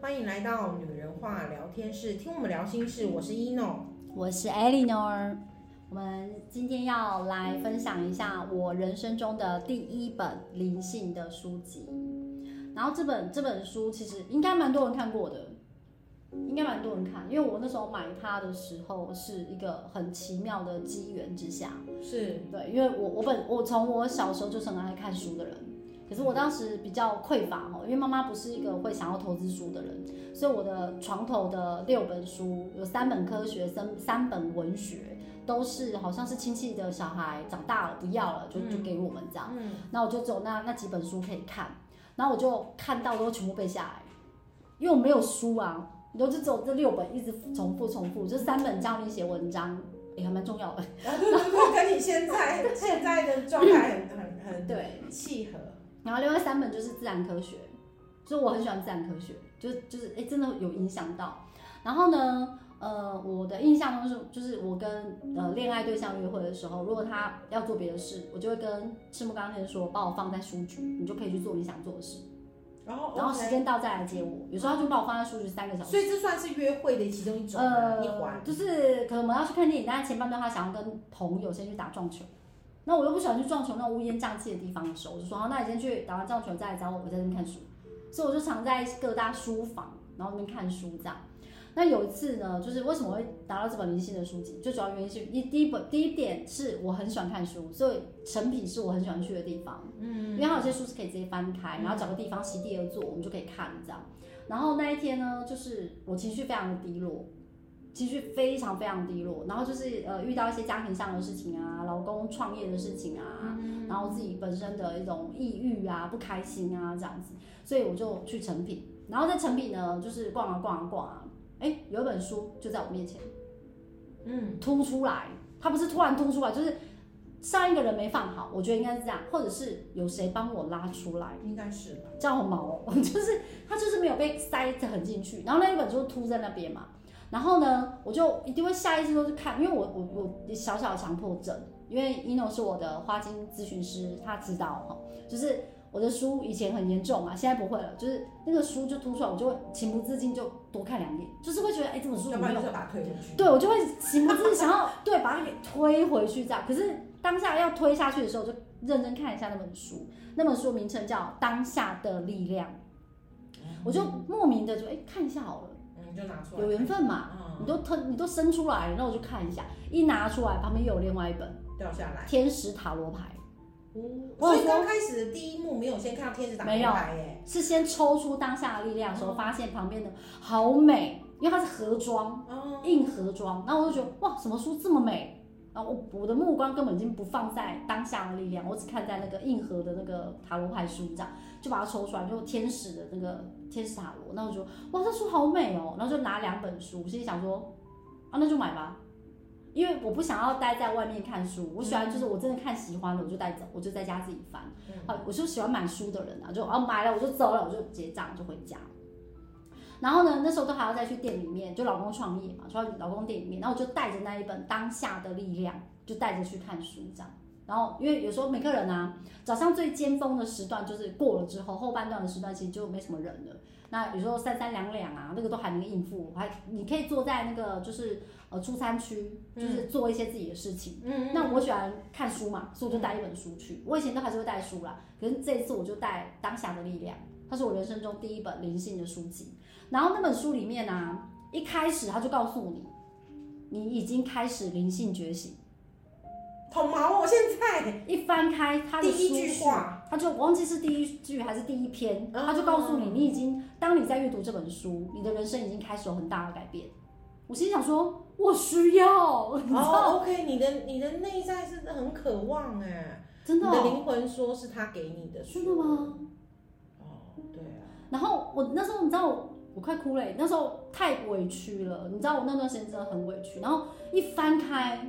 欢迎来到女人话聊天室，听我们聊心事。我是一诺，我是 Eleanor。我们今天要来分享一下我人生中的第一本灵性的书籍。然后这本这本书其实应该蛮多人看过的，应该蛮多人看，因为我那时候买它的时候是一个很奇妙的机缘之下， 是对，因为我我本我从我小时候就是很爱看书的人，可是我当时比较匮乏哦，因为妈妈不是一个会想要投资书的人，所以我的床头的六本书有三本科学，三三本文学，都是好像是亲戚的小孩长大了不要了，就就给我们这样。嗯，那我就只有那那几本书可以看，然后我就看到都全部背下来，因为我没有书啊，我就只有这六本一直重复重复，就三本教你写文章也、还蛮重要的。然后跟你现在现在的状态很很很对，契合。然后另外三本就是自然科学，就是我很喜欢自然科学，就是就是哎、诶真的有影响到。然后呢，呃，我的印象中是，就是我跟呃恋爱对象约会的时候，如果他要做别的事，我就会跟赤木刚宪说，把我放在书局，你就可以去做你想做的事，然后然后时 OK，间到再来接我。有时候他就把我放在书局三个小所时。以这算是约会的其中一种啊、一呃环，。就是可能我们要去看电影，但是前半段他想要跟朋友先去打撞球，那我又不喜欢去撞球那种乌烟瘴气的地方的时候，我就说好，那你先去打完撞球再来找我，我在这边看书。所以我就常在各大书房，然后那边看书这样。那有一次呢，就是为什么会拿到这本明星的书籍，最主要原因是一第一本第一点是我很喜欢看书，所以成品是我很喜欢去的地方。嗯，因为它有些书是可以直接翻开，然后找个地方席地而坐，我们就可以看这样。然后那一天呢，就是我情绪非常的低落，情绪非常非常低落。然后就是呃，遇到一些家庭上的事情啊，老公创业的事情啊，然后自己本身的一种抑郁啊、不开心啊这样子，所以我就去成品。然后在成品呢，就是逛啊逛啊逛啊，哎，有一本书就在我面前嗯，突出来，它不是突然突出来，就是上一个人没放好，我觉得应该是这样，或者是有谁帮我拉出来。应该是吧。这样很毛 哦，就是它就是没有被塞得很进去，然后那一本就凸在那边嘛。然后呢，我就一定会下意识都去看，因为我我我小小的强迫症，因为 ino 是我的花精咨询师，他知道哈，就是我的书以前很严重啊，现在不会了，就是那个书就凸出来，我就会情不自禁就多看两眼，就是会觉得哎、这本书要怎不么然有就是把它推回去。对，我就会情不自禁想要对把它给推回去这样。可是当下要推下去的时候，就认真看一下那本书，那本书名称叫《当下的力量》，我就莫名的就哎、诶看一下好了，嗯，你就拿出来。有缘分嘛，你嗯，都吞你都生出来了，那我就看一下，一拿出来旁边又有另外一本掉下来。《天使塔罗牌哦我所有以说刚开始的第一幕没有先看到天使打没有牌耶，》，是先抽出当下的力量的时候，发现旁边的好美，因为它是盒装。哦，硬盒装，然后我就觉得哇，什么书这么美啊！我我的目光根本已经不放在当下的力量，我只看在那个硬盒的那个塔罗牌书这样，就把它抽出来，就天使的那个天使塔罗，那我就觉得哇，这书好美哦，然后就拿两本书，心里想说啊，那就买吧，因为我不想要待在外面看书，我喜欢就是我真的看喜欢了我就带走，我就在家自己嗯翻，好，我就喜欢买书的人啊，就啊买了我就走了，我就结账就回家。然后呢，那时候都还要再去店里面，就老公创业嘛，创老公店里面，然后我就带着那一本《当下的力量》，就带着去看书这样。然后因为有时候每个人啊，早上最尖峰的时段就是过了之后，后半段的时段其实就没什么人了。那有时候三三两两啊，那个都还能应付，还你可以坐在那个就是呃出餐区，就是做一些自己的事情。嗯，那我喜欢看书嘛，所以我就带一本书去。我以前都还是会带书啦，可是这一次我就带《当下的力量》，它是我人生中第一本灵性的书籍。然后那本书里面呢、啊，一开始他就告诉你，你已经开始灵性觉醒。好毛哦，现在一翻开他的第书一句序话，他就我忘记是第一句还是第一篇，嗯他就告诉你，你已经当你在阅读这本书，你的人生已经开始有很大的改变。我心想说，我需要，你知道，哦，OK，你的你的内在是很渴望哎，真的你的哦、灵魂说是他给你的真的书，吗？哦，对啊，然后我那时候你知道我我快哭了欸，那时候太委屈了，你知道我那段时间真的很委屈。然后一翻开，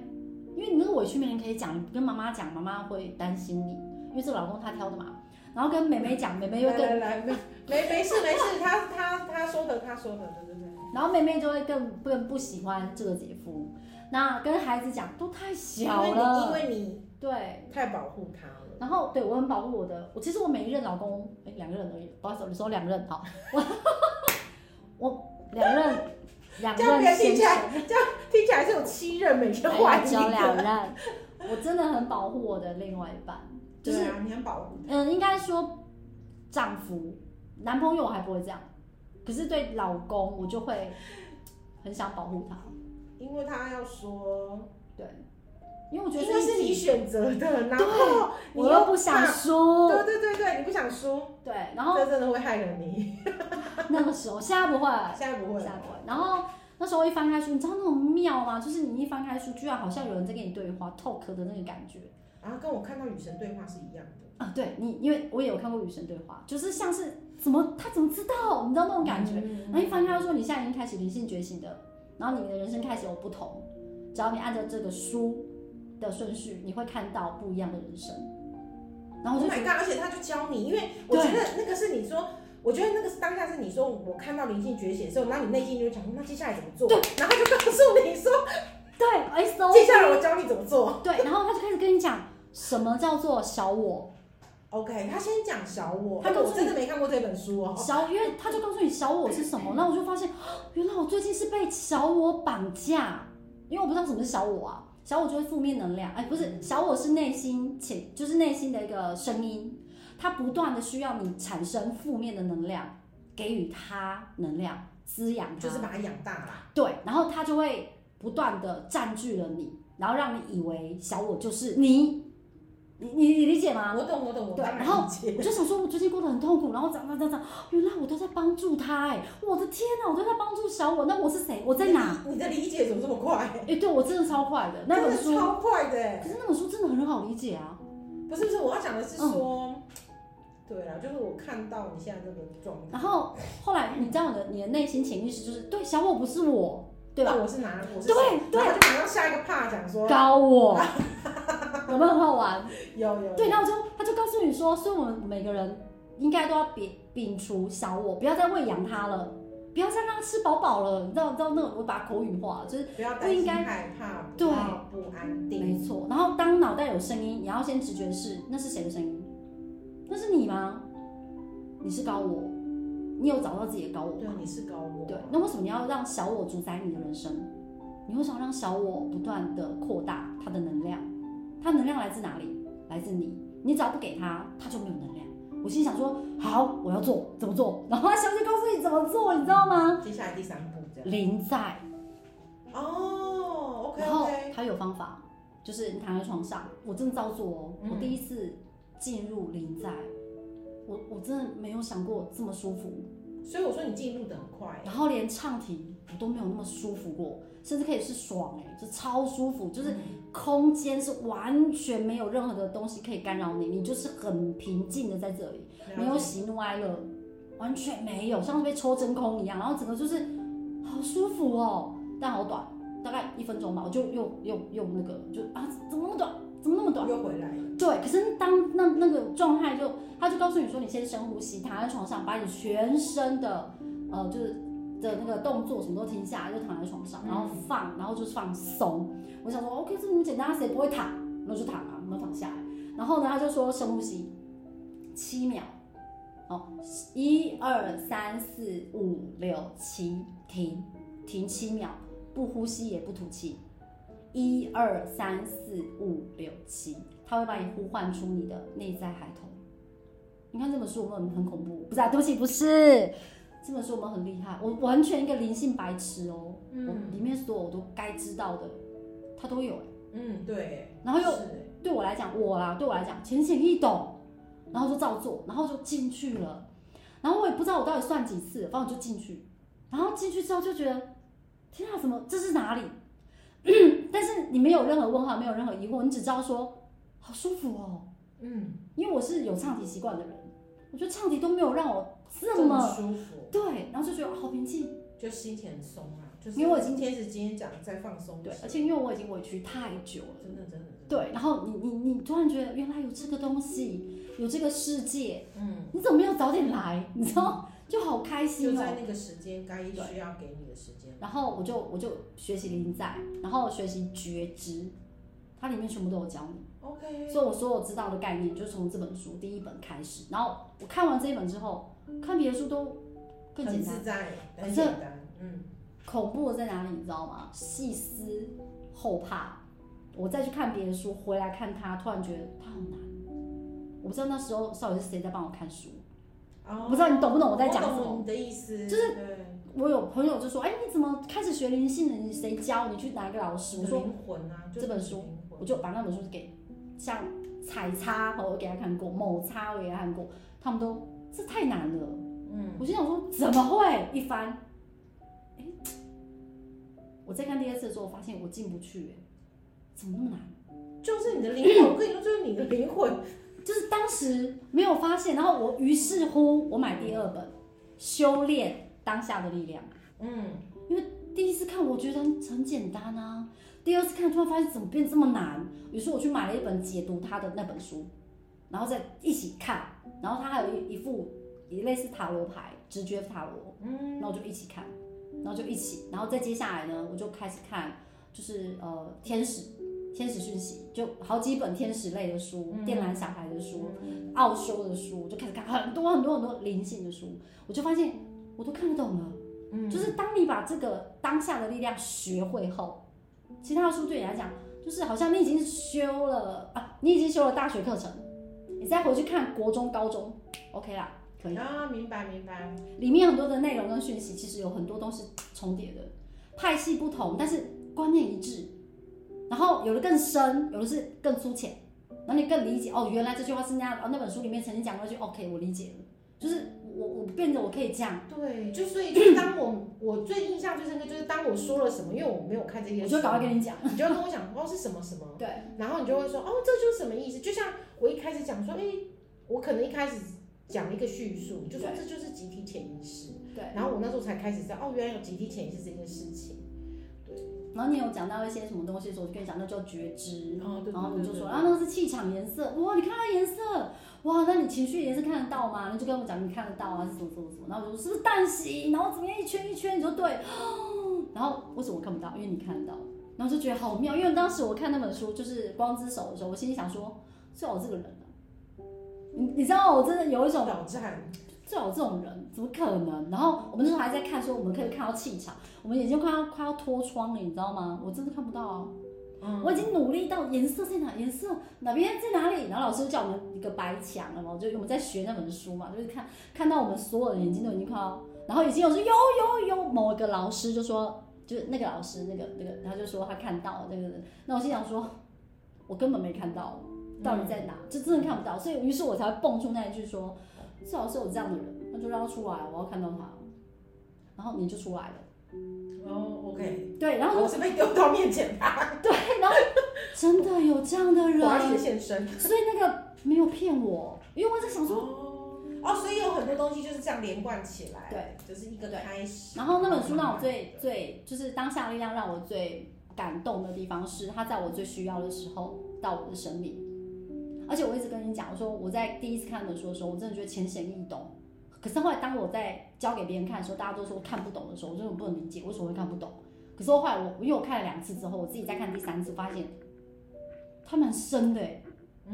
因为你那个委屈没人可以讲，你跟妈妈讲，妈妈会担心你，因为这老公他挑的嘛。然后跟妹妹讲，妹妹又来更，来来，没没没事没事，他他他说的他说的，对对对，然后妹妹就会更更不喜欢这个姐夫。那跟孩子讲都太小因了，为你因为对。你太保护他了，然后对我很保护我的，我其实我每一任老公，哎，两个人而已，不好意思，你说两任好，我两任，两这样别任人听先起生来。听起来是有七任，每天对换要一交哎两个。任，我真的很保护我的另外一半，就对是啊，你很保护。嗯，应该说丈夫、男朋友我还不会这样，可是对老公我就会很想保护他，因为他要说，对，因为我觉得因为是你一起，选择的，然后对你我哦又不怕想输，对对对对，你不想输，对，然后这真的会害了你。那个时候现在不会，现在不会现在了，不会，然后。那时候一翻开书，你知道那种妙吗？就是你一翻开书，居然好像有人在跟你对话，talk 的那个感觉。然啊后跟我看到女神对话是一样的，啊，对你，因为我也有看过与神对话，就是像是怎么他怎么知道，你知道那种感觉。嗯然后一哎翻开他说你现在已经开始灵性觉醒的，然后你的人生开始有不同，只要你按照这个书的顺序，你会看到不一样的人生。然后我 Oh 就 my 觉得 god！而且他就教你，因为我觉得那个是你说，我觉得那个是当下是你说我看到灵性觉醒的时候，然后你内心就会想说，那接下来怎么做？然后他就告诉你说，对，S O 接下来我教你怎么做。对，然后他就开始跟你讲什么叫做小我， OK，他先讲小我，哎他告诉你啊我真的没看过这本书哦。小，因为他就告诉你小我是什么，那我就发现，原来我最近是被小我绑架，因为我不知道什么是小我啊。小我就是负面能量，哎，不是，小我是内心潜，就是内心的一个声音，它不断的需要你产生负面的能量，给予它能量，滋养它，就是把它养大啦，对，然后它就会不断的占据了你，然后让你以为小我就是你，你你你理解吗？我懂，我懂，我对当然然后理解。我就想说，我最近过得很痛苦，然后长长长长，原来我都在帮助他、哎，我的天哪，我都在帮助小我，那我是谁？我在哪？你的理解怎么这么快？哎、对我真的超快的 那本真书的，超快的欸，可是那本书真的很好理解啊。不是不是，我要讲的是说，嗯对啦，就是我看到你现在这个状态，然后后来你知道我的你的内心潜意识就是，对，小我不是我，对吧？那我是拿我是对对然后就马上下一个 part 讲说，高 我，有没有很好玩？有有对，然后就他就告诉你说，所以我们每个人应该都要摒摒除小我，不要再喂养它了，不要再让它吃饱饱了。你知道，你知道那个我把它口语化了，就是。不要不担应心该害怕，不对要不安没定，错，然后当脑袋有声音，你要先直觉是那是谁的声音？那是你吗？你是高我，你有找到自己的高我对吗？，你是高我，对，那为什么你要让小我主宰你的人生？你为什么要让小我不断的扩大它的能量？它能量来自哪里？来自你。你只要不给它，它就没有能量。我心想说，好，我要做，怎么做？然后它详细告诉你怎么做，你知道吗？接下来第三步这样，零在，哦，OK 然后 OK，他有方法，就是你躺在床上，我真的照做哦。嗯我第一次进入临在，我我真的没有想过这么舒服，所以我说你进入的很快，然后连畅停我都没有那么舒服过，甚至可以是爽哎、就超舒服，就是嗯空间是完全没有任何的东西可以干扰你，你就是很平静的在这里，了没有解喜怒哀乐，完全没有，像是被抽真空一样，然后整个就是好舒服哦，但好短，大概一分钟吧，我就又又又那个，就啊，怎么那么短，怎么那么短？又回来了，对，可是当那那个状态就，他就告诉你说，你先深呼吸，躺在床上，把你全身的呃就是的那个动作什么都停下来，就躺在床上，然后嗯放，然后就是放松。我想说，OK，这么简单，谁不会躺？然后就躺啊，然后躺下来。然后呢，他就说深呼吸，七秒，哦，一二三四五六七，停，停七秒，不呼吸也不吐气。一二三四五六七，它会把你呼唤出你的内在孩童。你看这本书有没有很恐怖？不是啊，对不起，不是。这本书我们很厉害，我我完全一个灵性白痴哦，嗯我里面所有我都该知道的，它都有。欸嗯，对，然后又是对我来讲，我啦，对我来讲浅显易懂，然后就照做，然后就进去了，然后我也不知道我到底算几次，反正我就进去，然后进去之后就觉得，天啊，怎么这是哪里？ 但是你没有任何问号，没有任何疑惑，你只知道说好舒服哦，嗯，因为我是有唱题习惯的人，我觉得唱题都没有让我这这么么舒服，对，然后就觉得好哦平静。就心情很松啊，就是因为我已今天是今天讲在放松的对时，候，而且因为我已经委屈太久了。真的真的，真的，对，然后你你你突然觉得原来有这个东西，有这个世界，嗯，你怎么没有早点来？你知道，就好开就心哦、在那个时间该需要给你的时间，然后我就我就学习临在，然后学习觉知，它里面全部都有教你。 OK，所以我所有知道的概念，就是从这本书第一本开始。然后我看完这一本之后，看别的书都更很简单。自在，可很是简单。嗯，恐怖的在哪里，你知道吗？细思后怕。我再去看别人书，回来看他，突然觉得他好难。我不知道那时候到底是谁在帮我看书，哦我不知道你懂不懂我在讲什我么。懂你的意思，就是我有朋友就说：“哎，你怎么开始学灵性了？你谁教你去哪一个老师？”对，我说灵魂啊，就是这本书灵魂我就把那本书给像彩叉，我给他看过，某叉我也给他看过，他们都这太难了。嗯，我心想说怎么会？一翻，哎、我在看第二次的时候，我发现我进不去、哎，怎么那么难？就是你的灵 魂，我跟你说，就是你的灵魂，就是当时没有发现，然后我于是乎我买第二本《修炼当下的力量》。嗯，第一次看我觉得很很简单啊，第二次看突然发现怎么变这么难，于是我去买了一本解读他的那本书，然后再一起看，然后他还有一一副也类似塔罗牌，直觉塔罗，嗯，那我就一起看，然后就一起，然后再接下来呢，我就开始看就是呃天使天使讯息，就好几本天使类的书，电缆小孩的书，奥修的书，我就开始看很多很多很多灵性的书，我就发现我都看得懂了。嗯就是当你把这个当下的力量学会后，其他的书对你来讲，就是好像你已经修了啊，你已经修了大学课程，你再回去看国中、高中，OK 啦，可以。啊，明白明白，里面很多的内容跟讯息，其实有很多都是重叠的，派系不同，但是观念一致。然后有的更深，有的是更粗浅，然后你更理解哦，原来这句话是那样，哦，那本书里面曾经讲过那句，OK，我理解了，就是我我变得我可以这样，对，就所以就是当我我最印象最深刻就是当我说了什么，因为我没有看这些书，我就赶快跟你讲，你就会跟我讲哦是什么什么，对。然后你就会说哦这就是什么意思，就像我一开始讲说，哎，我可能一开始讲一个叙述，就说对这就是集体潜意识，对然后我那时候才开始知道哦原来有集体潜意识这件事情，然后你有讲到一些什么东西的时候，我就跟你讲，那叫觉知。哦对然后对对你就对说，对，啊，那个是气场颜色，哇，你看它颜色，哇，那你情绪颜色看得到吗？你就跟我讲你看得到啊，是什么什么什么。然后我就说是不是淡息？然后怎么样一圈一圈？你说对。 然后为什么我看不到？因为你看得到。然后就觉得好妙，因为当时我看那本书就是《光之手》的时候，我心里想说，最好我这个人啊，你你知道我真的有一种挑战，最好这种人怎么可能？然后我们那时候还在看，说我们可以看到气场，我们眼睛快要快要脱窗了，你知道吗？我真的看不到啊！嗯我已经努力到颜色在哪，颜色哪边在哪里，然后老师就叫我们一个白墙了嘛，我就我们在学那本书嘛，就是看看到我们所有的眼睛都已经快要，然后已经有说有有有某一个老师就说，就是那个老师那个那个，他就说他看到了那个人，那我心想说，我根本没看到，到底在哪，就真的看不到，所以于是我才会蹦出那一句说，最好是有这样的人，那就让他出来，我要看到他，然后你就出来了，哦 OK，对，然后我是被丢到面 前吧，对，然后真的有这样的人，华姐现身。所以那个没有骗我，因为我在想说，哦，哦，所以有很多东西就是这样连贯起来，对，就是一个开始。然后那本书让我最最就是当下力量让我最感动的地方是，他在我最需要的时候到我的生命。而且我一直跟你讲，我说我在第一次看那本书的时候，我真的觉得浅显易懂。可是后来当我在教给别人看的时候，大家都说看不懂的时候，我真的不能理解为什么会看不懂。可是后来我因为我看了两次之后，我自己再看第三次，发现它蛮深的欸、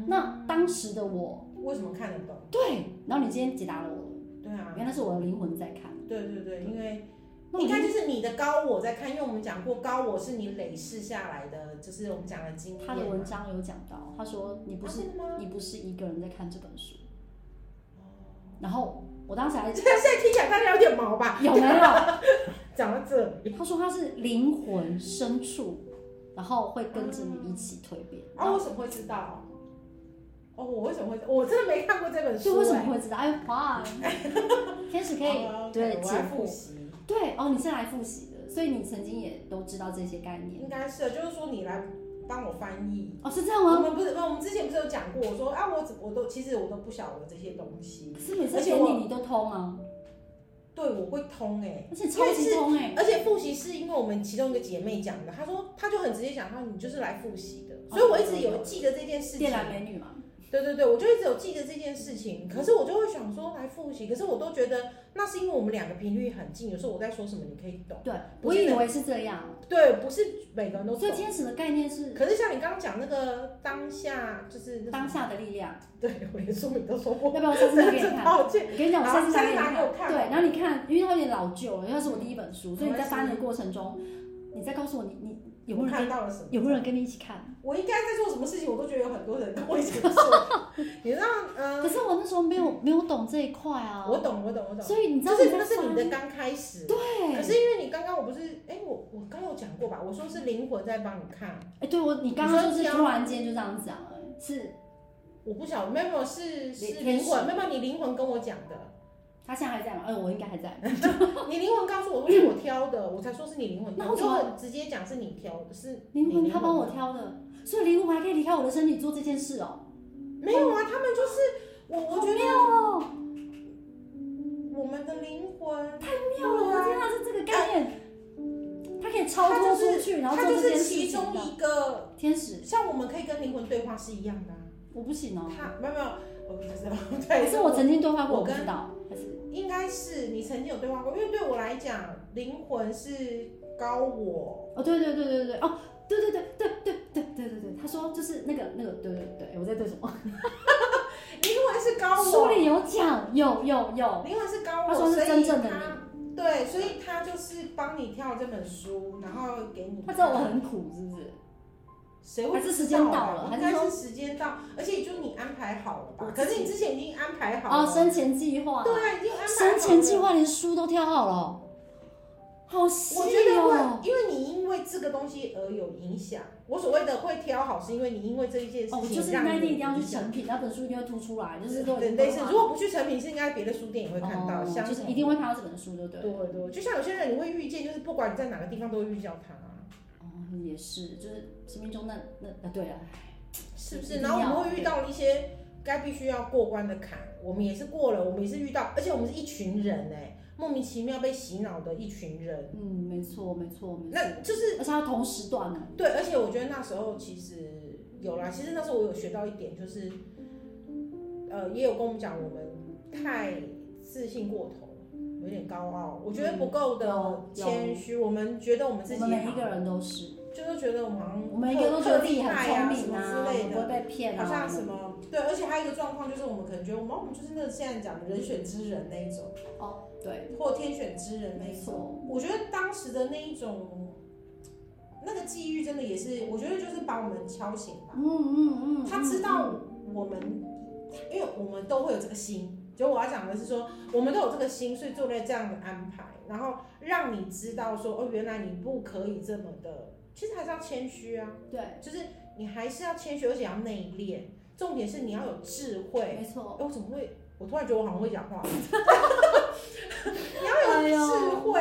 那当时的我，为什么看得懂？对，然后你今天解答了我，对啊，原来是我的灵魂在看。对对对，因为那我应该就是你的高我在看，因为我们讲过高我是你累世下来的，就是我们讲的经验嘛。他的文章有讲到，他说你不啊是、真的吗？你不是一个人在看这本书，然后我当时还 这现在听起来大家有点毛吧？有没有？讲到这里，他说他是灵魂深处，然后会跟着你一起蜕变。然啊，后为什么会知道？哦，我为什么会？我真的没看过这本所以书、为什么哎会知道？哎，华天使可以哦，OK，对我解来复惑。习。对哦，你是来复习的，所以你曾经也都知道这些概念应该是，就是说你来帮我翻译。哦，是这样我吗？们不是，我们之前不是有讲过，我说啊，我怎我都其实我都不晓得这些东西，可是每次而且给我你你都偷吗？对我会通哎、而且超级通哎、而且复习是因为我们其中一个姐妹讲的，她说她就很直接讲，她说你就是来复习的，所以我一直有记得这件事情电。缆美女嘛，对对对，我就一直有记得这件事情，可是我就会想说来复习，可是我都觉得那是因为我们两个频率很近，有时候我在说什么你可以懂，对，不我是以为是这样，对，不是每个人都所懂以。天使的概念是可是像你刚刚讲那个当下，就是那当下的力量，对我连说明都说要不不要我下次拿真给你是看？抱歉。我跟你讲，我下次拿给你好你下次拿给我看。看对，然后你看，因为它有点老旧了，因为它是我第一本书，所以你没关在系翻的过程中，你再告诉我你你有没我有人看跟到了什么？有没有人跟你一起看？我应该在做什么事情，我都觉得有很多人跟我一起做。你知道，嗯、可是我那时候没有没有懂这一块啊，我懂，我懂，我懂。所以你知道就是你在那是翻你的刚开始，对，可是因为你刚刚我不是，哎、我我刚有讲过吧？我说是灵魂在帮你看，哎，对我你刚刚就是你说突然间就这样讲了，是我不晓得，没有没有是是天灵使魂，没有没有你灵魂跟我讲的，他现在还在吗？哎，我应该 还在。你灵魂告诉我说是我挑的，我才说是你灵魂挑的。那为什么我就直接讲是你挑的？是你灵魂他帮我挑的，所以灵魂还可以离开我的身体做这件事哦。没有啊，他们就是我，我好觉得妙哦，我们的灵魂太妙了！我的天啊，是这个概念，它可以超它脱就出是去，然后哎它做就这件是事情其的。中一个，天使，像我们可以跟灵魂对话是一样的、啊。我不行哦。他没有没有，我不知道，可对，是我曾经对话过，我我不跟知道，还是应该是你曾经有对话过，因为对我来讲，灵魂是高我，哦，对对对对对，哦，对对对对对对对对对，他说就是那个那个，对对对，我在对什么？灵魂是高书我，里有讲，有有有，灵魂是高他我，说是所以真正的他对，所以他就是帮你挑这本书，然后给你。他知道我很苦，是不是？谁会还是知时间道啊到了还应该是说是时间到，而且就是你安排好了我吧？自可己是你之前已经安排好哦，了，生前计划，对，啊已经安排好了。生前计，划连书都挑好了哦，好细我觉得哦。会，因为你因为这个东西而有影响。我所谓的会挑好，是因为你因为这一件事哦，情就是让那一你天一定要有去影响成品，那本书一定会凸出来，就是都已对，经类似规。划如果不去成品，是应该别的书店也会看到，哦像就是一定会看到这本书，对不对对了？对，就像有些人你会遇见，就是不管你在哪个地方都会遇到他，哦，也是，就是生命中那那啊，对啊，是不一是？定然后我要们会遇到一些该必须要过关的坎，我们也是过了，我们也是遇到，而且我们是一群人哎、莫名其妙被洗脑的一群人，嗯，没错，没错，没错。那就是而且要同时段啊呢，对，而且我觉得那时候其实有啦，其实那时候我有学到一点，就是呃，也有跟我们讲，我们太自信过头了。有点高傲，我觉得不够的嗯有有谦虚。我们觉得我们自我己们每好一个人都是，就是觉得我们好像我们每一个都觉得自己很聪特明厉害啊，什啊，我么之们类不会的。被骗啊。好像什么对，而且还有一个状况就是，我们可能觉得哦我们我们就是那个现在讲的人选之人那一种，哦，对，或天选之人那没一种。错，我觉得当时的那一种，那个际遇真的也是，我觉得就是把我们敲醒吧。嗯嗯嗯，嗯他知道我们，因为我们都会有这个心。就我要讲的是说，我们都有这个心，所以做了这样的安排，然后让你知道说，哦，原来你不可以这么的，其实还是要谦虚啊。嗯，对，就是你还是要谦虚，而且要内敛。重点是你要有智慧。没哎、错，我怎么会？我突然觉得我好像会讲 话。哎智呦慧。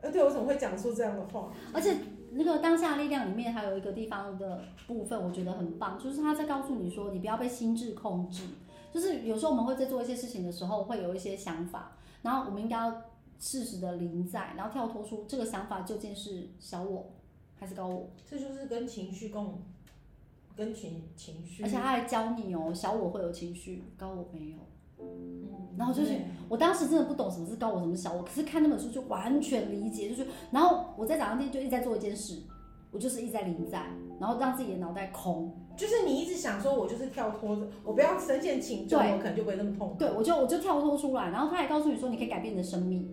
呃，对，我怎么会讲出这样的话？而且那个当下力量里面还有一个地方的部分，我觉得很棒，就是他在告诉你说，你不要被心智控制。就是有时候我们会在做一些事情的时候，会有一些想法，然后我们应该要适时的临在，然后跳脱出这个想法究竟是小我还是高我，这就是跟情绪共，跟情情绪。而且他还教你哦，小我会有情绪，高我没有。嗯然后就是对我当时真的不懂什么是高我，什么是小我，可是看那本书就完全理解，就是然后我在早上店就一直在做一件事，我就是一直在临在，然后让自己的脑袋空。就是你一直想说，我就是跳脱着，我不要深陷情中，对我可能就不会那么痛苦。对，我就我就跳脱出来，然后他也告诉你说，你可以改变你的生命，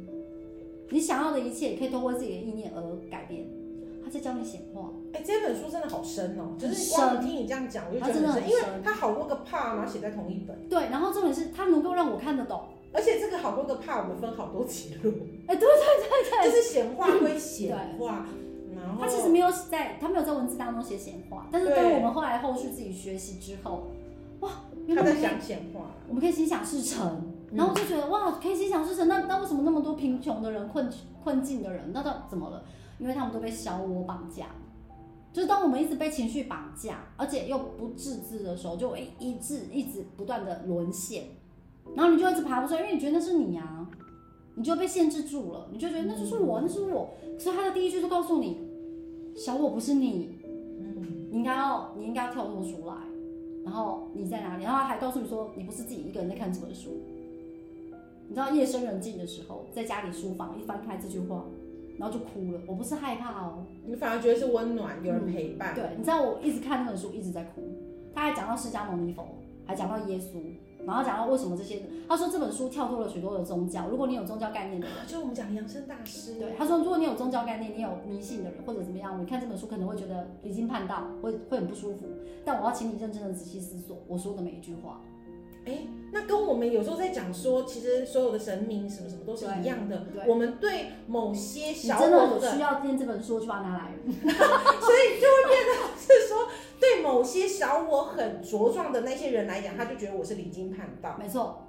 你想要的一切可以通过自己的意念而改变。他在教你显化，哎、这本书真的好深哦、就很是光深听你这样讲，我就觉它得真的很深，很因为深它好多个 part，然后写在同一本，对，然后重点是他能够让我看得懂，而且这个好多个 part 我们分好多集录。哎，对对对对，就是显化归显化，然后他其实没有在，他没有在文字当中写显化，但是当对我们后来后续自己学习之后，哇，原来他在我们可以想显化，我们可以心想事成，嗯然后我就觉得哇，可以心想事成，那那为什么那么多贫穷的人、困困境的人，那到底怎么了？因为他们都被小我绑架，就是当我们一直被情绪绑架，而且又不自知的时候，就会一直一直不断的沦陷，然后你就一直爬不出来，因为你觉得那是你啊，你就被限制住了，你就觉得那就是嗯我，那是我，所以他的第一句就告诉你，小我不是你，嗯，你应该要你应该要跳脱出来，然后你在哪里，然后还告诉你说你不是自己一个人在看这本书。你知道夜深人静的时候，在家里书房一翻开这句话，然后就哭了。我不是害怕哦，你反而觉得是温暖，有嗯人陪伴。对，你知道我一直看那本书，一直在哭。他还讲到啊释迦牟尼佛，还讲到耶稣，然后讲到为什么这些。他说这本书跳脱了许多的宗教，如果你有宗教概念的人，就我们讲养生大师，对，他说如果你有宗教概念，你有迷信的人或者怎么样，你看这本书可能会觉得离经叛道，会会很不舒服。但我要请你认真的仔细思索我说的每一句话。哎，那跟我们有时候在讲说，其实所有的神明什么什么都是一样的对。对我们对某些你小真的我有需要念这本书，就把它拿来。所以就会变得是说，对某些小我很茁壮的那些人来讲，他就觉得我是离经叛道。没错，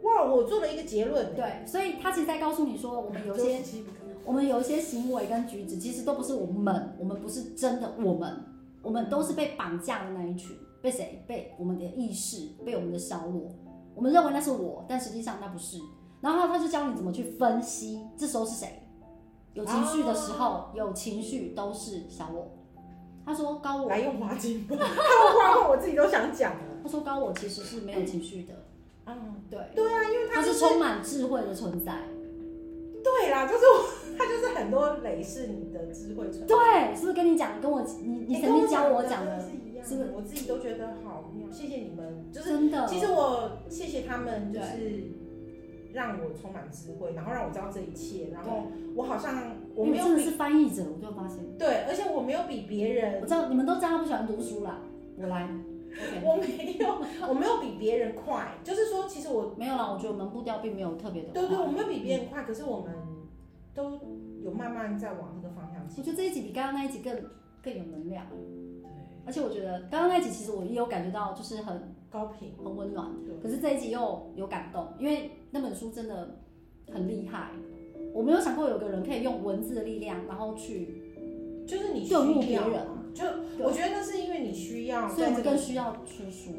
哇，我做了一个结论。对，所以他其实在告诉你说，我们有些我们有一些行为跟举止，其实都不是我们，我们不是真的我们，我们都是被绑架的那一群，被谁？被我们的意识，被我们的小我，我们认为那是我，但实际上那不是。然后他就教你怎么去分析，这时候是谁？有情绪的时候，有情绪都是小我。他说高我，来用花精吧，他们画画我自己都想讲了。他说高我其实是没有情绪的，啊，对，对啊，因为它他是就充满智慧的存在。对啦，就是我，他就是很多累是你的智慧存在。对，是不是跟你讲，跟我你你哎曾经教我讲跟的，是一样，是不是我自己都觉得好妙，谢谢你们，就是。真的，其实我谢谢他们，就对是让我充满智慧，然后让我知道这一切，然后对。我好像我因为没有真的比是翻译者，我就发现，对，而且我没有比别我人，知道你们都知道他不喜欢读书啦，我来，OK，我没有我没有比别人快，就是说其实我没有啦，我觉得我们步调并没有特别的对对，快我没有比别人快，可是我们都有慢慢在往那个方向我去。觉得这一集比刚刚那一集更更有能量，对，而且我觉得刚刚那一集其实我也有感觉到，就是很高频很温暖，对可是这一集又有感动，因为那本书真的很厉害，我没有想过有个人可以用文字的力量，然后去，就是你需就要入别人啊嘛，就我觉得那是因为你需要所以我在们这更个，需要出书，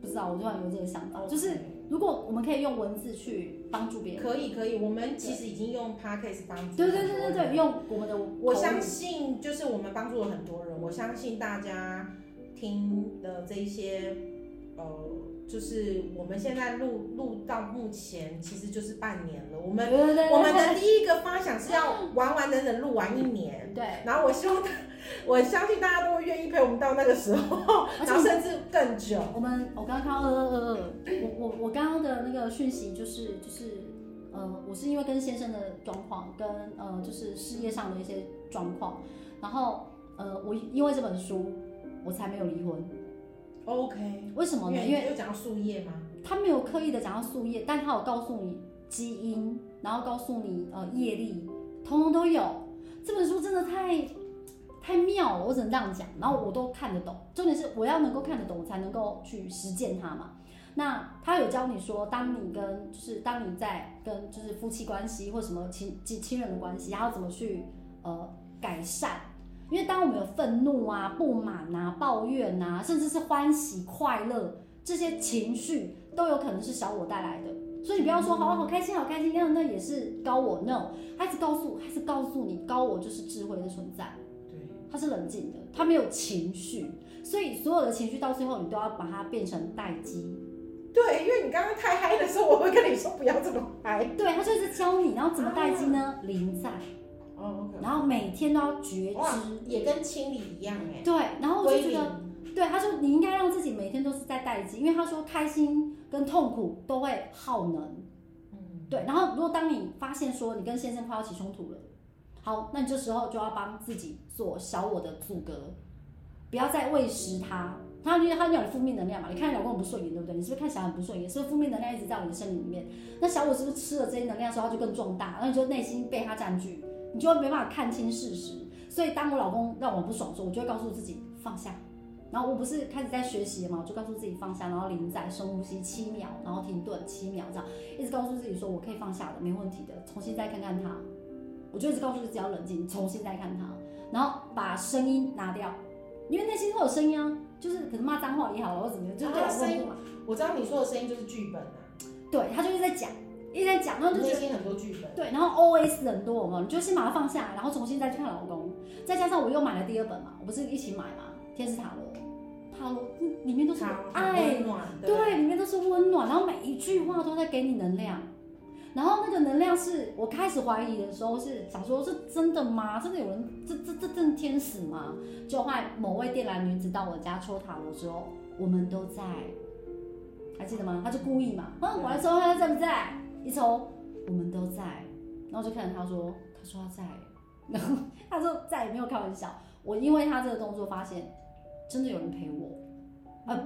不知道我突然有这个想法，就是如果我们可以用文字去帮助别人。可以可以，我们其实已经用 podcast 帮助。对对对对对，。用我们的我口语相信，就是我们帮助了很多人。我相信大家听的这一些，呃，就是我们现在录录到目前，其实就是半年了。我们对对对，我们的第一个发想是要完完整整录完一年，对，然后我希望大， 我相信大家都会愿意陪我们到那个时候，哦而然后且甚至更久。我们我刚刚看到二二二二，我我我刚刚的那个讯息就是就是呃，我是因为跟先生的状况跟呃就是事业上的一些状况，然后呃我因为这本书我才没有离婚， OK，为什么呢？因为又讲到树叶吗？他没有刻意的讲到树叶，但他有告诉你基因，然后告诉你呃业力，通通都有。这本书真的太太妙了，我只能这样讲。然后我都看得懂，重点是我要能够看得懂，我才能够去实践它嘛。那他有教你说，当你跟就是当你在跟就是夫妻关系或什么亲亲亲人的关系，还要怎么去呃改善。因为当我们有愤怒啊、不满啊、抱怨啊，甚至是欢喜、快乐这些情绪，都有可能是小我带来的。所以你不要说哦好好开心、好开心，那那也是高我。No，他一直告诉，他是告诉你，高我就是智慧的存在，对，它是冷静的，它没有情绪。所以所有的情绪到最后，你都要把它变成待机。对，因为你刚刚太嗨的时候，我会跟你说不要这么嗨。对，他就是教你，然后怎么待机呢？临在，哦然后每天都要觉哇知。也跟清理一样哎、对，然后我就觉得归零对，他说你应该让自己每天都是在待机，因为他说开心跟痛苦都会耗能。嗯，对，然后如果当你发现说你跟先生快要起冲突了，好，那你这时候就要帮自己做小我的阻隔，不要再喂食他。他因为他有负面能量嘛，你看你老公很不顺眼，对不对？你是不是看小孩很不顺眼？是不是负面能量一直在你的身体里面？那小我是不是吃了这些能量之后，他就更壮大，然后你就内心被他占据，你就会没办法看清事实。所以当我老公让我不爽的时候，我就会告诉自己放下。然后我不是开始在学习了嘛，我就告诉自己放下，然后临在深呼吸七秒，然后停顿七秒这样。一直告诉自己说我可以放下的，没问题的，重新再看看他。我就一直告诉自己要冷静，重新再看他，然后把声音拿掉，因为内心会有声音啊，就是可能骂脏话也好，或者怎么样，就是对啊老声公音不满。我知道你说的声音就是剧本啊，对他就是在讲，一直在讲，然后就觉内得。心很多剧本。对，然后 OS 很多嘛，你就先把它放下来，然后重新再去看老公。再加上我又买了第二本嘛，我不是一起买嘛，《天使塔罗》，塔罗嗯里面都是好爱温，暖的，对，里面都是温暖，然后每一句话都在给你能量。然后那个能量是我开始怀疑的时候是想说，是真的吗？真的有人这这这真的天使吗？就后来某位电缆女子到我家抽塔罗之后，我们都在，还记得吗？她就故意嘛，啊，我来抽她在不在？一抽，我们都在，然后就看着她说，她说她在，然后她就再也没有开玩笑。我因为她这个动作发现，真的有人陪我，呃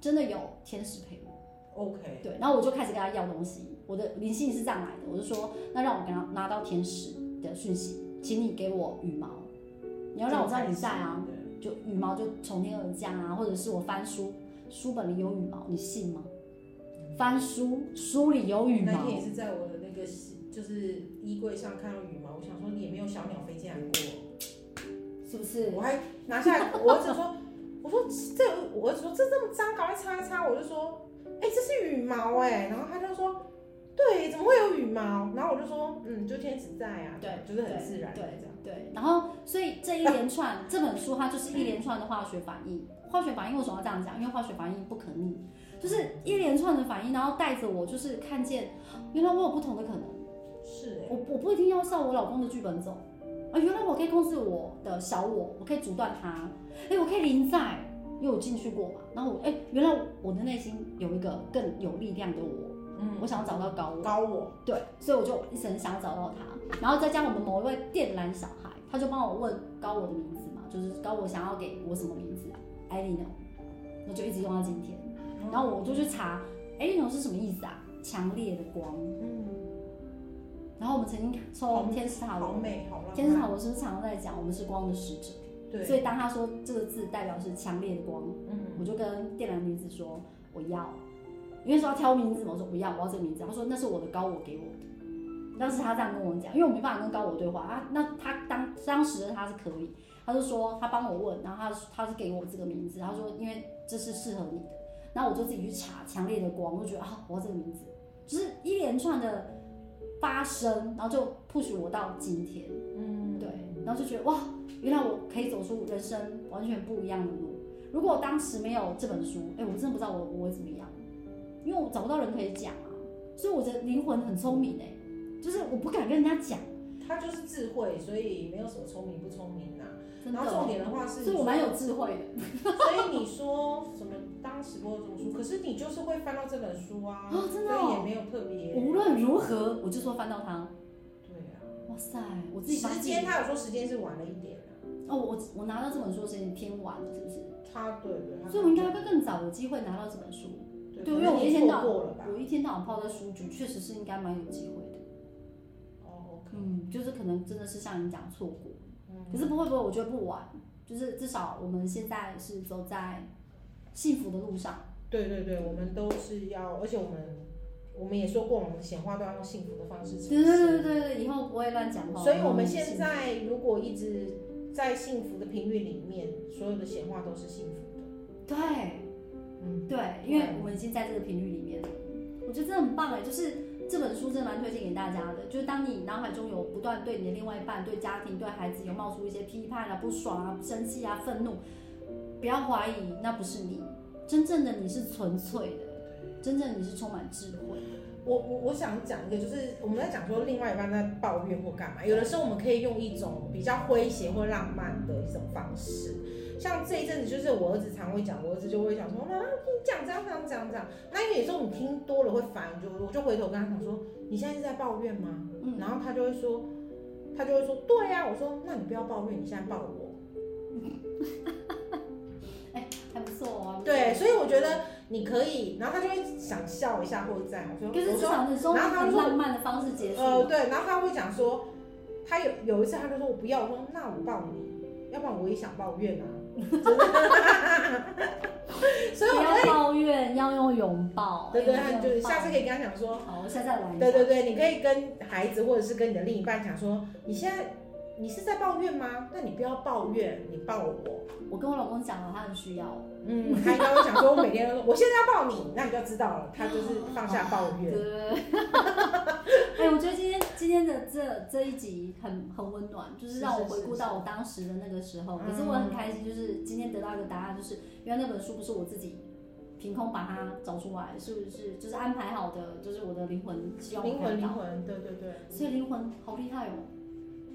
真的有天使陪我。 ，OK，对，然后我就开始跟他要东西，我的灵性是这样来的，我就说，那让我跟他拿到天使的讯息，请你给我羽毛，你要让我知道你在啊，对，就羽毛就从天而降啊，或者是我翻书，书本里有羽毛，你信吗？翻书，书里有羽那毛，天也是在我的那个就是衣柜上看到羽毛，我想说也没有小鸟飞进来过，是不是？我还拿下来，我儿子说， 我说这，我儿子说这这么脏，赶快擦一擦，我就说，哎、这是羽毛哎、然后他就说。对，怎么会有羽毛？然后我就说，嗯，就天使在啊，对就是很自然，对这样，对，然后所以这一连串 这本书它就是一连串的化学反应。化学反应为什么要这样讲？因为化学反应不可逆，就是一连串的反应，然后带着我就是看见，原来我有不同的可能，是哎、我我不一定要照我老公的剧本走啊，原来我可以控制我的小我，我可以阻断他，哎，我可以临在，因为我进去过嘛，然后我哎，原来我的内心有一个更有力量的我，嗯，我想要找到高我。高我，对，所以我就一直很想要找到他，然后再加我们某一位电缆小孩，他就帮我问高我的名字嘛，就是高我想要给我什么名字啊？艾莉诺，我就一直用到今天。嗯然后我就去查艾莉诺是什么意思啊？强烈的光。嗯，然后我们曾经抽天使塔好罗，美，好浪天使漫，塔罗是不是常常在讲我们是光的使者？对，所以当他说这个字代表是强烈的光，嗯，我就跟电缆女子说我要，因为说要挑名字嘛，我说不要，我要这个名字。她说那是我的高我给我的，当时她这样跟我讲，因为我没办法跟高我对话啊。那她当当时的她是可以，她就说她帮我问，然后她她是给我这个名字，她说因为这是适合你的。然后我就自己去查强烈的光，我就觉得啊，我要这个名字，就是一连串的发生，然后就 push 我到今天。嗯，对，然后就觉得哇，原来我可以走出人生完全不一样的路。如果我当时没有这本书，哎、我真的不知道我我会怎么样，因为我找不到人可以讲啊。所以我的灵魂很聪明哎、就是我不敢跟人家讲，他就是智慧，所以没有什么聪明不聪明呐、真然后重的。哦点的嗯话是，所以我蛮有智慧所的以你说什么当时播什么书，可是你就是会翻到这本书 啊，哦，真的、所以也哦。没有特别。无论如何，我就说翻到它，对啊，哇塞，我自己发时间啊现他有说时间是晚了一点啊，哦，我我拿到这本书的时间偏晚了，是不是？他对对，他所以我应该会更早有机会拿到这本书。对，对可因能你为我一天到错过了吧？我一天到晚泡在书局，确实是应该蛮有机会的。哦，OK，嗯，就是可能真的是像你讲错过，嗯可是不会不会，我觉得不晚，就是至少我们现在是走在幸福的路上。对对对，我们都是要，而且我们我们也说过，我们显化都要用幸福的方式呈对对对现。对对，以后不会乱讲话。所以我们很现幸在如果一直在幸福的频率里面，所有的显化都是幸福的。福对嗯，对，因为我们已经在这个频率里面了，我觉得真的很棒哎，就是这本书真的蛮推荐给大家的。就是当你脑海中有不断对你的另外一半、对家庭、对孩子有冒出一些批判啊、不爽啊、生气啊、愤怒，不要怀疑，那不是你，真正的你是纯粹的，真正的你是充满智慧。我我我想讲一个，就是我们在讲说另外一半在抱怨或干嘛，有的时候我们可以用一种比较诙谐或浪漫的一种方式。像这一阵子，就是我儿子常会讲，我儿子就会讲说，妈妈你讲这样这样这样这样。那因为有时候你听多了会烦，你就我就回头跟他讲说，你现在是在抱怨吗？嗯然后他就会说，他就会说，对呀、我说，那你不要抱怨，你现在抱我。还不错哦。还不错对，，所以我觉得你可以，然后他就会想笑一下或者这样。我说，可是我至说少你是用然后他很说浪漫的方式结束。呃，对，然后他会讲说，他有有一次他就说我不要，我说那我抱你，要不然我也想抱怨啊。所以不我觉要抱怨，要用拥抱。得，对对，哎他就是下次可以跟他讲说，好，我下次再玩一下。对对对，你可以跟孩子或者是跟你的另一半讲说，你现在你是在抱怨吗？那你不要抱怨，你抱我。我跟我老公讲了，他很需要我。嗯，他刚刚想说，我每天都说我现在要抱你，那你就知道了，他就是放下抱怨。对， 哎，我觉得今天今天的这这一集很很温暖，就是让是我是回顾是到我当时的那个时候。嗯可是我很开心，就是今天得到一个答案，就是原来那本书不是我自己凭空把它找出来，是不是就是安排好的，就是我的灵魂希望我灵看魂，灵到。魂，对对对，所以灵魂好厉害哦！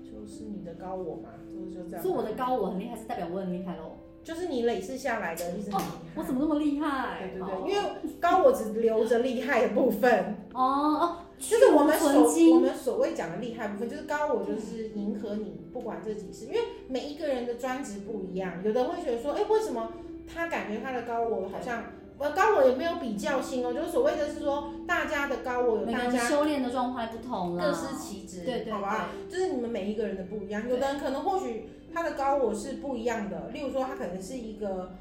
就是你的高我嘛，就是就这样。所以我的高我很厉害，是代表我很厉害喽。 就是你累世下来的，一直很厉害。哦我怎么那么厉害？对对对，因为高我只留着厉害的部 分，哦哦，就是我们纯所我金们所谓讲的厉害部分，就是高我就是迎合你，不管这嗯几世，因为每一个人的专职不一样，有的会觉得说，哎，为什么他感觉他的高我好像，呃，高我也没有比较性哦，就是所谓的是说大家的高我有每个大人家修炼的状态不同啦，各司其职，对对对好吧？就是你们每一个人的不一样，有的人可能或许他的高我是不一样的，例如说他可能是一个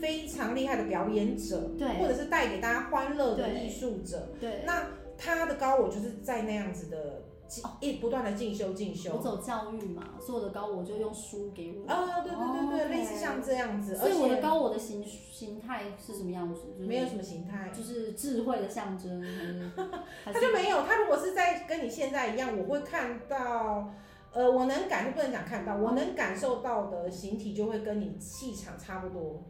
非常厉害的表演者，或对者是带给大家欢乐的对艺术者，对。那他的高我就是在那样子的进一不断的进修进哦我修，走教育嘛，所以我的高我就用书给我。啊，对对对哦对， ，OK 类似像这样子，所而以我的且高我的形形态是什么样子？就是没有，什么形态。就是智慧的 象征，还是还他就是没有，他如果是在跟你现在一样，我会看到，呃，我能感不能讲看到，我能感受到的形体就会跟你气场差不多，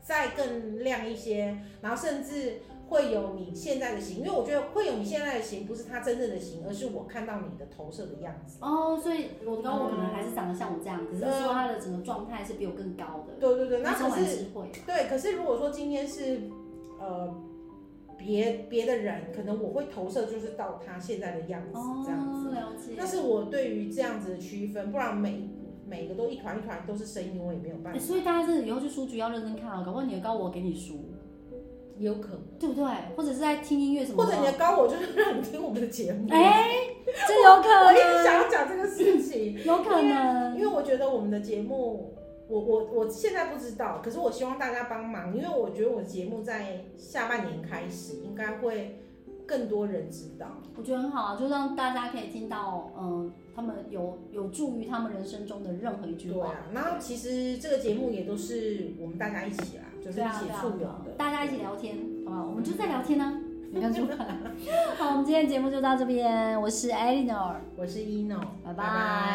再更亮一些，然后甚至会有你现在的形，因为我觉得会有你现在的形，不是他真正的形，而是我看到你的投射的样子。哦，所以我的高我可能还是长得像我这样，可是嗯说他的整个状态是比我更高的，对对对，那那充可满是智慧嘛。对，可是如果说今天是呃别别的人，可能我会投射就是到他现在的样子这样子。哦，了解。那是我对于这样子的区分，不然每每个都一团一团都是声音，我也没有办欸 法。所以大家真的以后去书局要认真看哦，搞不好你的高我给你书，有可能，对不对？或者是在听音乐什么或的，者你的高我就是让你听我们的节目。哎、这有我一直可想要讲这个事情，能，有可能。因为我觉得我们的节目。我我我现在不知道，可是我希望大家帮忙，因为我觉得我的节目在下半年开始应该会更多人知道。我觉得很好啊，就让大家可以听到，嗯，他们有有助于他们人生中的任何一句对话。啊，然后其实这个节目也都是我们大家一起啦，就是对一啊，起对啊簇，对拥啊的，大家一起聊天，好不好？我们就 在聊天呢、你 看出来？好，我们今天节目就到这边，我是 Eleanor，我是一 n o 拜拜拜